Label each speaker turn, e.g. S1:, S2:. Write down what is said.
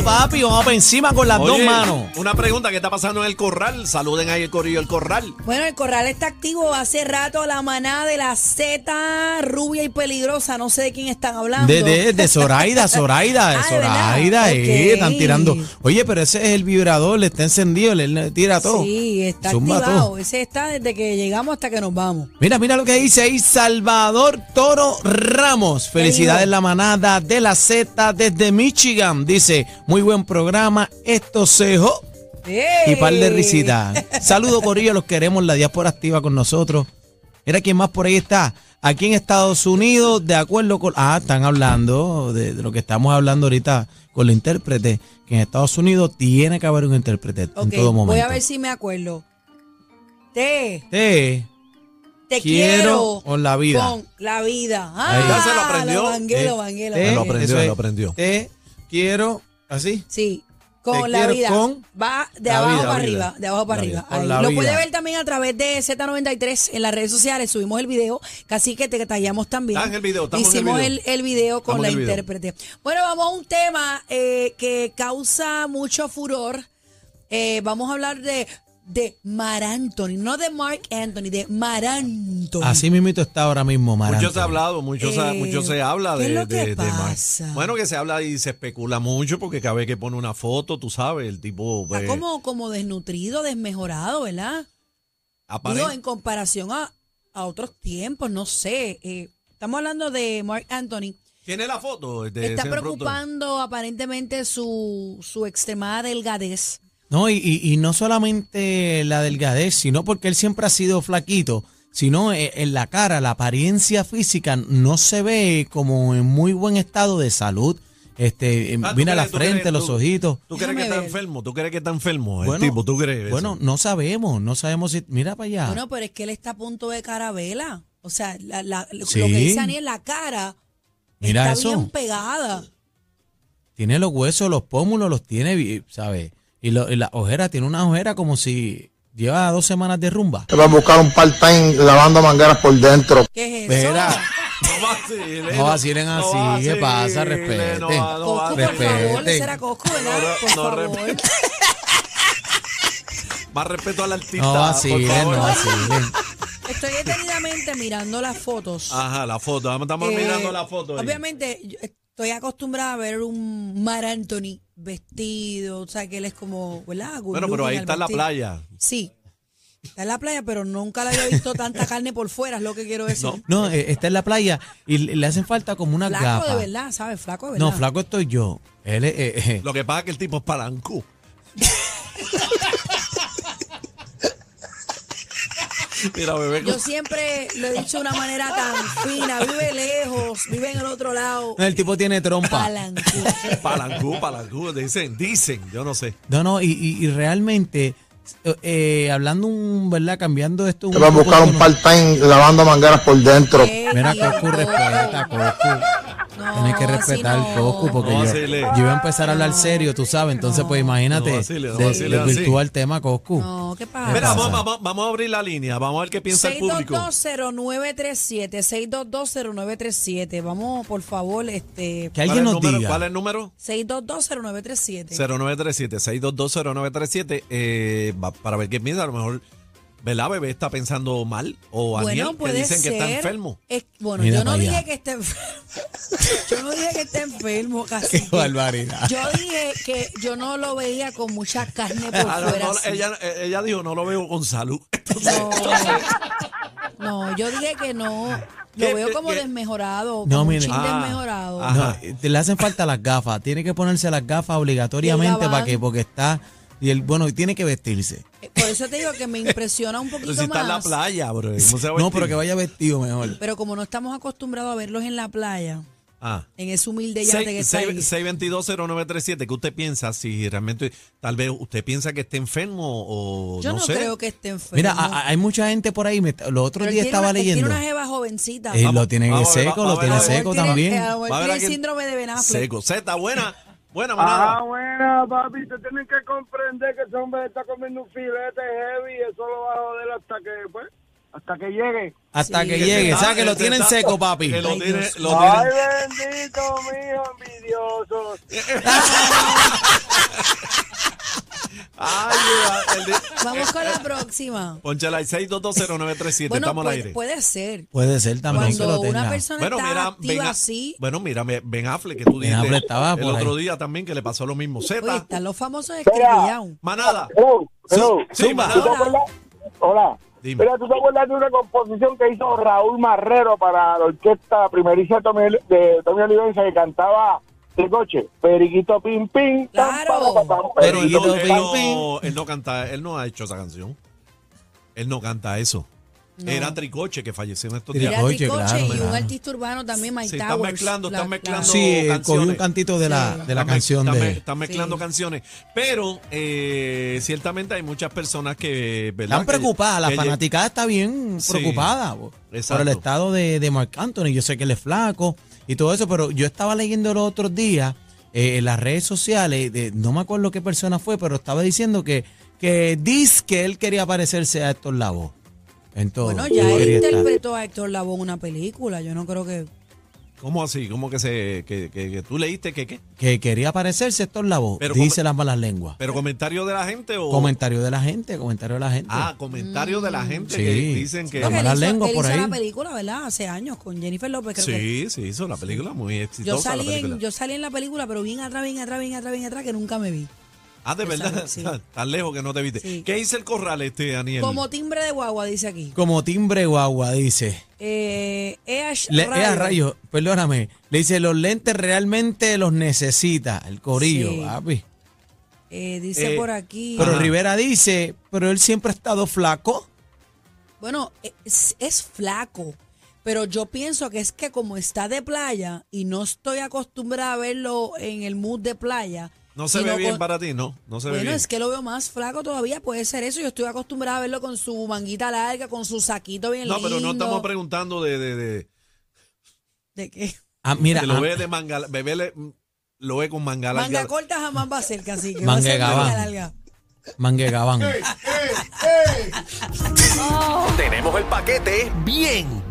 S1: papi. Vamos para encima con las dos
S2: Oye,
S1: manos.
S2: Una pregunta que está pasando en el corral. Saluden ahí el corillo del corral.
S3: Bueno, el corral está activo hace rato, la manada de la Z, rubia y peligrosa, no sé de quién están hablando.
S1: De, de, de Zoraida, Zoraida, de
S3: Ah, ¿de verdad?
S1: Zoraida, eh,
S3: Ok.
S1: están tirando. Oye, pero ese es el vibrador, le está encendido, le, le tira todo.
S3: Sí, está
S1: Zumba
S3: activado.
S1: todo.
S3: Ese está desde que llegamos hasta que nos vamos.
S1: Mira, mira lo que dice ahí Salvador Toro Ramos. Felicidades
S3: digo?
S1: la manada de la Z desde Michigan. Dice, muy buen programa, esto se jo- y par de
S3: ¡Ey!
S1: risitas. Saludos, Corillo, los queremos, la diáspora activa con nosotros. Mira quién más por ahí está. Aquí en Estados Unidos, de acuerdo con... Ah, están hablando de, de lo que estamos hablando ahorita con la intérprete, que en Estados Unidos tiene que haber un intérprete
S3: Ok,
S1: en todo momento.
S3: Voy a ver si me acuerdo. Te,
S1: Te
S3: te
S1: quiero,
S3: quiero,
S1: con la vida.
S3: con la vida.
S1: Ahí.
S3: Ah,
S1: Ya
S2: se lo aprendió.
S3: Lo vangué,
S1: Eh,
S3: lo vangué, lo
S1: te-
S3: vangué.
S2: Lo aprendió,
S1: eso es.
S2: lo aprendió.
S1: Te quiero... ¿Así?
S3: Sí, con
S1: Te
S3: la
S1: quiero
S3: vida.
S1: con
S3: Va de
S1: la
S3: abajo
S1: vida,
S3: para
S1: vida.
S3: arriba, de abajo
S1: La
S3: para arriba.
S1: vida, con
S3: Ahí.
S1: la
S3: Lo
S1: vida.
S3: puede ver también a través de Z93 en las redes sociales. Subimos el video, casi que te tallamos también.
S2: Está en el video, estamos en el
S3: Hicimos
S2: video.
S3: el video con
S2: Estamos
S3: la
S2: en el video.
S3: intérprete. Bueno, vamos a un tema eh, que causa mucho furor. Eh, vamos a hablar de, de Mar Anthony, no de Mark Anthony, de Mar Anthony.
S1: Así mismito está ahora mismo, Mara.
S2: Mucho se ha hablado, mucho, se,
S3: Eh,
S2: mucho se habla
S3: ¿qué
S2: de,
S3: es lo que
S2: de- de Mar-
S3: pasa?
S2: Bueno, que se habla y se especula mucho porque cada vez que pone una foto, tú sabes, el tipo
S3: Está
S2: pues,
S3: como, como desnutrido, desmejorado, ¿verdad?
S2: apare-
S3: Digo, en comparación a, a otros tiempos, no sé. eh, estamos hablando de Mark Anthony.
S2: tiene la foto. de
S3: Está
S2: ese producto?
S3: preocupando aparentemente su, su extremada delgadez.
S1: No, y, y- y no solamente la delgadez, sino porque él siempre ha sido flaquito, sino e- en la cara, la apariencia física no se ve como en muy buen estado de salud. Este,
S2: Ah, ¿tú
S1: mira la
S2: crees- tú crees-
S1: frente, los
S2: tú-
S1: ojitos.
S2: ¿Tú crees que
S3: Déjame
S2: está
S3: ver.
S2: enfermo? ¿Tú crees que está enfermo el tipo? ¿Tú crees? eso?
S1: Bueno, no sabemos, no sabemos si mira para allá.
S3: Bueno, pero es que él está a punto de carabela. O sea, la- la- lo
S1: Sí.
S3: que dice Aniel, la cara
S1: Mira
S3: está
S1: eso.
S3: bien pegada.
S1: Tiene los huesos, los pómulos los tiene, bi- ¿sabes? Y, lo- y la ojera tiene una ojera como si lleva dos semanas de rumba.
S4: Te va a buscar un part-time lavando mangueras por dentro.
S3: ¿Qué es eso?
S1: Espera.
S2: No vacilen,
S1: No vacilen así, ¿qué pasa?
S2: vacilen,
S1: Respeten.
S2: va-
S3: Coscu, por favor,
S1: Respeten.
S3: ese era Coscu, ¿verdad?
S2: No, no,
S3: por
S2: no,
S3: favor.
S2: respeten. Más respeto al artista.
S1: No
S2: por
S1: vacilen,
S2: favor.
S1: no vacilen.
S3: Estoy detenidamente mirando las fotos.
S2: Ajá, la foto. Estamos
S3: Eh,
S2: mirando la foto. ahí.
S3: Obviamente, yo estoy acostumbrada a ver un Mar Anthony vestido, o sea, que él es como, ¿verdad? Good
S2: Bueno, pero
S3: looking
S2: ahí
S3: al
S2: está en la
S3: vestir.
S2: playa.
S3: Sí, está en la playa, pero nunca le había visto tanta carne por fuera, es lo que quiero decir.
S1: No, eh, está en la playa y le le hacen falta como una
S3: flaco
S1: gafas.
S3: de verdad, ¿sabes? Flaco de verdad.
S1: No, flaco estoy yo. Él es, eh, eh,
S2: Lo que pasa es que el tipo es palancú. Mira, bebé.
S3: Yo siempre lo he dicho de una manera tan fina, vive lejos, vive en el otro lado.
S1: no, el tipo tiene trompa.
S3: Palancu.
S2: Palancú, palancú. Dicen, dicen. Yo no sé.
S1: No, no, y, y- y realmente, eh, eh, hablando un, ¿verdad? Cambiando esto.
S4: Te va a
S1: poco,
S4: buscar un
S1: no-
S4: part-time lavando mangueras por dentro.
S3: Qué
S1: Mira,
S3: lindo.
S1: Coscu, respeta, Coscu.
S3: No,
S1: Tienes que
S3: así
S1: respetar,
S3: no.
S1: Coscu, porque
S2: No
S1: yo,
S2: vacile.
S1: yo iba a empezar a hablar serio, tú sabes. Entonces, pues imagínate,
S2: No vacile, no
S1: de-
S2: vacile así.
S1: desvirtúa el tema, Coscu.
S3: No, ¿qué pasa?
S2: Mira,
S1: pasa?
S2: vamos, vamos- vamos a abrir la línea. Vamos a ver qué piensa el público.
S3: 6220937, 6220937. Vamos, por favor, este
S1: que alguien
S2: ¿Cuál es el
S1: nos
S2: número?
S1: diga.
S2: ¿Cuál es el número?
S3: 6220937.
S2: 0937, 6220937, eh, va- para ver qué piensa. A lo mejor, ¿verdad, bebé? Está pensando mal. O Aniel,
S3: Bueno,
S2: que
S3: puede
S2: dicen que está
S3: ser.
S2: enfermo.
S3: Es- bueno,
S1: Mira
S3: yo no
S1: para
S3: dije
S1: allá.
S3: que esté enfermo. Yo no dije que esté enfermo, casi.
S1: Qué barbaridad.
S3: Yo dije que yo no lo veía con mucha carne por
S2: Ah, no,
S3: fuera.
S2: no,
S3: así.
S2: ella, eh, ella dijo, no lo veo con salud.
S3: no, no, yo dije que no.
S2: ¿Qué-
S3: Lo veo
S2: qué-
S3: como
S2: qué?
S3: desmejorado,
S1: No,
S3: como un
S1: mire.
S3: chin
S2: Ah,
S3: desmejorado.
S2: ah. Ajá.
S1: No, eh, le hacen falta las gafas. Tiene que ponerse las gafas obligatoriamente
S3: Del
S1: para
S3: gabán.
S1: que, porque está. Y el, bueno, y tiene que vestirse.
S3: Por eso te digo que me impresiona un poquito
S2: Pero si está en la
S3: más.
S2: playa, bro. ¿cómo se va a
S1: No,
S2: vestir?
S1: pero que vaya vestido mejor.
S3: Pero como no estamos acostumbrados a verlos en la playa,
S2: Ah.
S3: en ese humilde yate que
S2: Seis-
S3: está
S2: seis-
S3: ahí.
S2: 622-0937, ¿qué usted piensa? Si realmente, tal vez usted piensa que esté enfermo o
S3: Yo no,
S2: sé.
S3: creo que esté enfermo.
S1: Mira, a- a- hay mucha gente por ahí. me está- los otros
S3: Pues Pero él
S1: días
S3: tiene
S1: estaba
S3: una- él
S1: leyendo.
S3: Tiene una jeva jovencita.
S1: Eh,
S3: A lo
S1: lo tiene
S2: Vamos a ver,
S1: seco,
S2: va-
S1: lo
S2: va-
S1: tiene
S2: va-
S3: mejor
S1: seco
S3: tiene-
S1: también.
S3: A lo mejor
S2: Va a ver
S3: tiene
S2: a quién-
S3: síndrome de Ben Affleck.
S2: Seco. Z, buena. Buena, manada.
S5: Ah, buena, papi, te tienen que comprender que ese hombre está comiendo un filete heavy y eso lo va a joder hasta que, pues, hasta que llegue.
S1: Hasta
S3: Sí.
S1: que
S3: Que
S1: llegue.
S2: está-
S1: ¿Sabes que lo
S2: que
S1: tienen
S2: está-
S1: seco, papi?
S2: Que lo
S3: Ay,
S2: tiene,
S3: Dios.
S2: lo tiene- Eh,
S5: Ay, bendito, mijo, envidioso.
S2: la. el di-
S3: Vamos con la próxima.
S2: Pónchala al 6220937. Estamos al
S3: puede,
S2: aire.
S3: puede ser.
S1: Puede ser también que
S3: Cuando
S1: lo
S3: una
S1: tenga.
S3: persona
S2: Bueno,
S3: está
S2: mira,
S3: activa
S2: Ben, A-
S3: así,
S2: bueno, mira, me- Ben Affleck, que tú
S1: Ben
S2: dijiste
S1: Affleck estaba
S2: el
S1: por
S2: otro
S1: ahí.
S2: día también que le pasó lo mismo.
S3: oye,
S2: Z,
S3: están los famosos escribillados.
S2: manada.
S5: Hello, hello.
S2: Zu- Sí,
S1: Zumba.
S2: manada.
S5: ¿Tú te acuerdas? Hola.
S2: Dime.
S5: Mira, ¿tú te acuerdas de una composición que hizo Raúl Marrero para la orquesta primeriza de Tommy, de Tommy Olivenza que cantaba el coche? Periquito pim pim. tan,
S3: Claro.
S5: pa, pa, pa, pa.
S2: Pero él no,
S1: Periquito,
S2: él,
S1: ping,
S2: no, él no canta, él no ha hecho esa canción. Él no canta eso. Era Tricoche que falleció en estos
S3: Era
S2: días.
S1: Oye,
S3: Tricoche
S1: claro,
S3: y un
S1: claro.
S3: artista urbano también, Mike
S2: Sí,
S3: Towers.
S2: están mezclando, están mezclando.
S1: Sí, eh,
S2: canciones.
S1: cogió un cantito de la, de la
S2: Está me-
S1: canción
S2: está me-
S1: de.
S2: Están mezclando
S3: Sí.
S2: canciones. Pero eh, ciertamente hay muchas personas que. ¿verdad?
S1: Están
S2: Que-
S1: preocupadas, la
S2: que-
S1: fanaticada está bien
S2: Sí,
S1: preocupada bo, por
S2: exacto.
S1: el estado de, de Marc Anthony. Yo sé que él es flaco y todo eso, pero yo estaba leyendo los otros días eh, en las redes sociales, de- no me acuerdo qué persona fue, pero estaba diciendo que, que dice que él quería parecerse a Héctor Lavoe. En todo.
S3: Bueno, ya
S1: Él
S3: él
S1: quería estar.
S3: interpretó a Héctor Lavoe en una película. Yo no creo que...
S2: ¿Cómo así? ¿Cómo que se que, que- que tú leíste que qué?
S1: Que quería parecerse a Héctor Lavoe,
S2: Pero
S1: dice
S2: comen-
S1: las malas lenguas.
S2: ¿Pero comentario de la gente o.?
S1: comentario de la gente, comentario de la gente.
S2: ah, comentario de
S3: Mm.
S2: la gente
S1: Sí.
S2: que dicen que.
S1: La
S3: Porque él
S1: mala
S3: hizo-
S1: lengua
S3: él
S1: por
S3: hizo
S1: ahí.
S3: la película, ¿verdad? Hace años con Jennifer López, creo que...
S2: Sí, sí, hizo la película muy exitosa.
S3: Yo salí,
S2: la película.
S3: en, yo salí en la película, pero bien atrás, bien atrás, bien atrás, bien atrás, que nunca me vi.
S2: ah, de
S3: yo
S2: verdad,
S3: salí, sí.
S2: tan lejos que no te viste.
S3: Sí.
S2: ¿Qué dice el corral este, Daniel?
S3: Como timbre de guagua, dice aquí.
S1: Como timbre guagua, dice.
S3: Eh, Eash
S1: Le,
S3: Rayo.
S1: Ea Rayo, perdóname. Le dice, los lentes realmente los necesita el corillo,
S3: Sí.
S1: papi.
S3: Eh, dice
S2: Eh,
S3: por aquí.
S1: Pero
S2: Ajá.
S1: Rivera dice, pero él siempre ha estado flaco.
S3: Bueno, es, es flaco. Pero yo pienso que es que como está de playa y no estoy acostumbrada a verlo en el mood de playa.
S2: No se
S3: y
S2: ve bien
S3: con-
S2: para ti, ¿no? No se ve
S3: Bueno,
S2: bien.
S3: es que lo veo más flaco todavía, puede ser eso. Yo estoy acostumbrada a verlo con su manguita larga, con su saquito bien
S2: no,
S3: lindo.
S2: pero no estamos preguntando de, de, de,
S3: ¿De qué?
S1: Ah, mira,
S2: que lo
S1: ah,
S2: ve de manga, bebé le- lo ve con manga larga.
S3: Manga corta jamás va a ser, casi que va a
S1: Manga
S3: ser manga
S1: gabán.
S3: larga.
S1: Mangue Gabán.
S6: Tenemos el paquete bien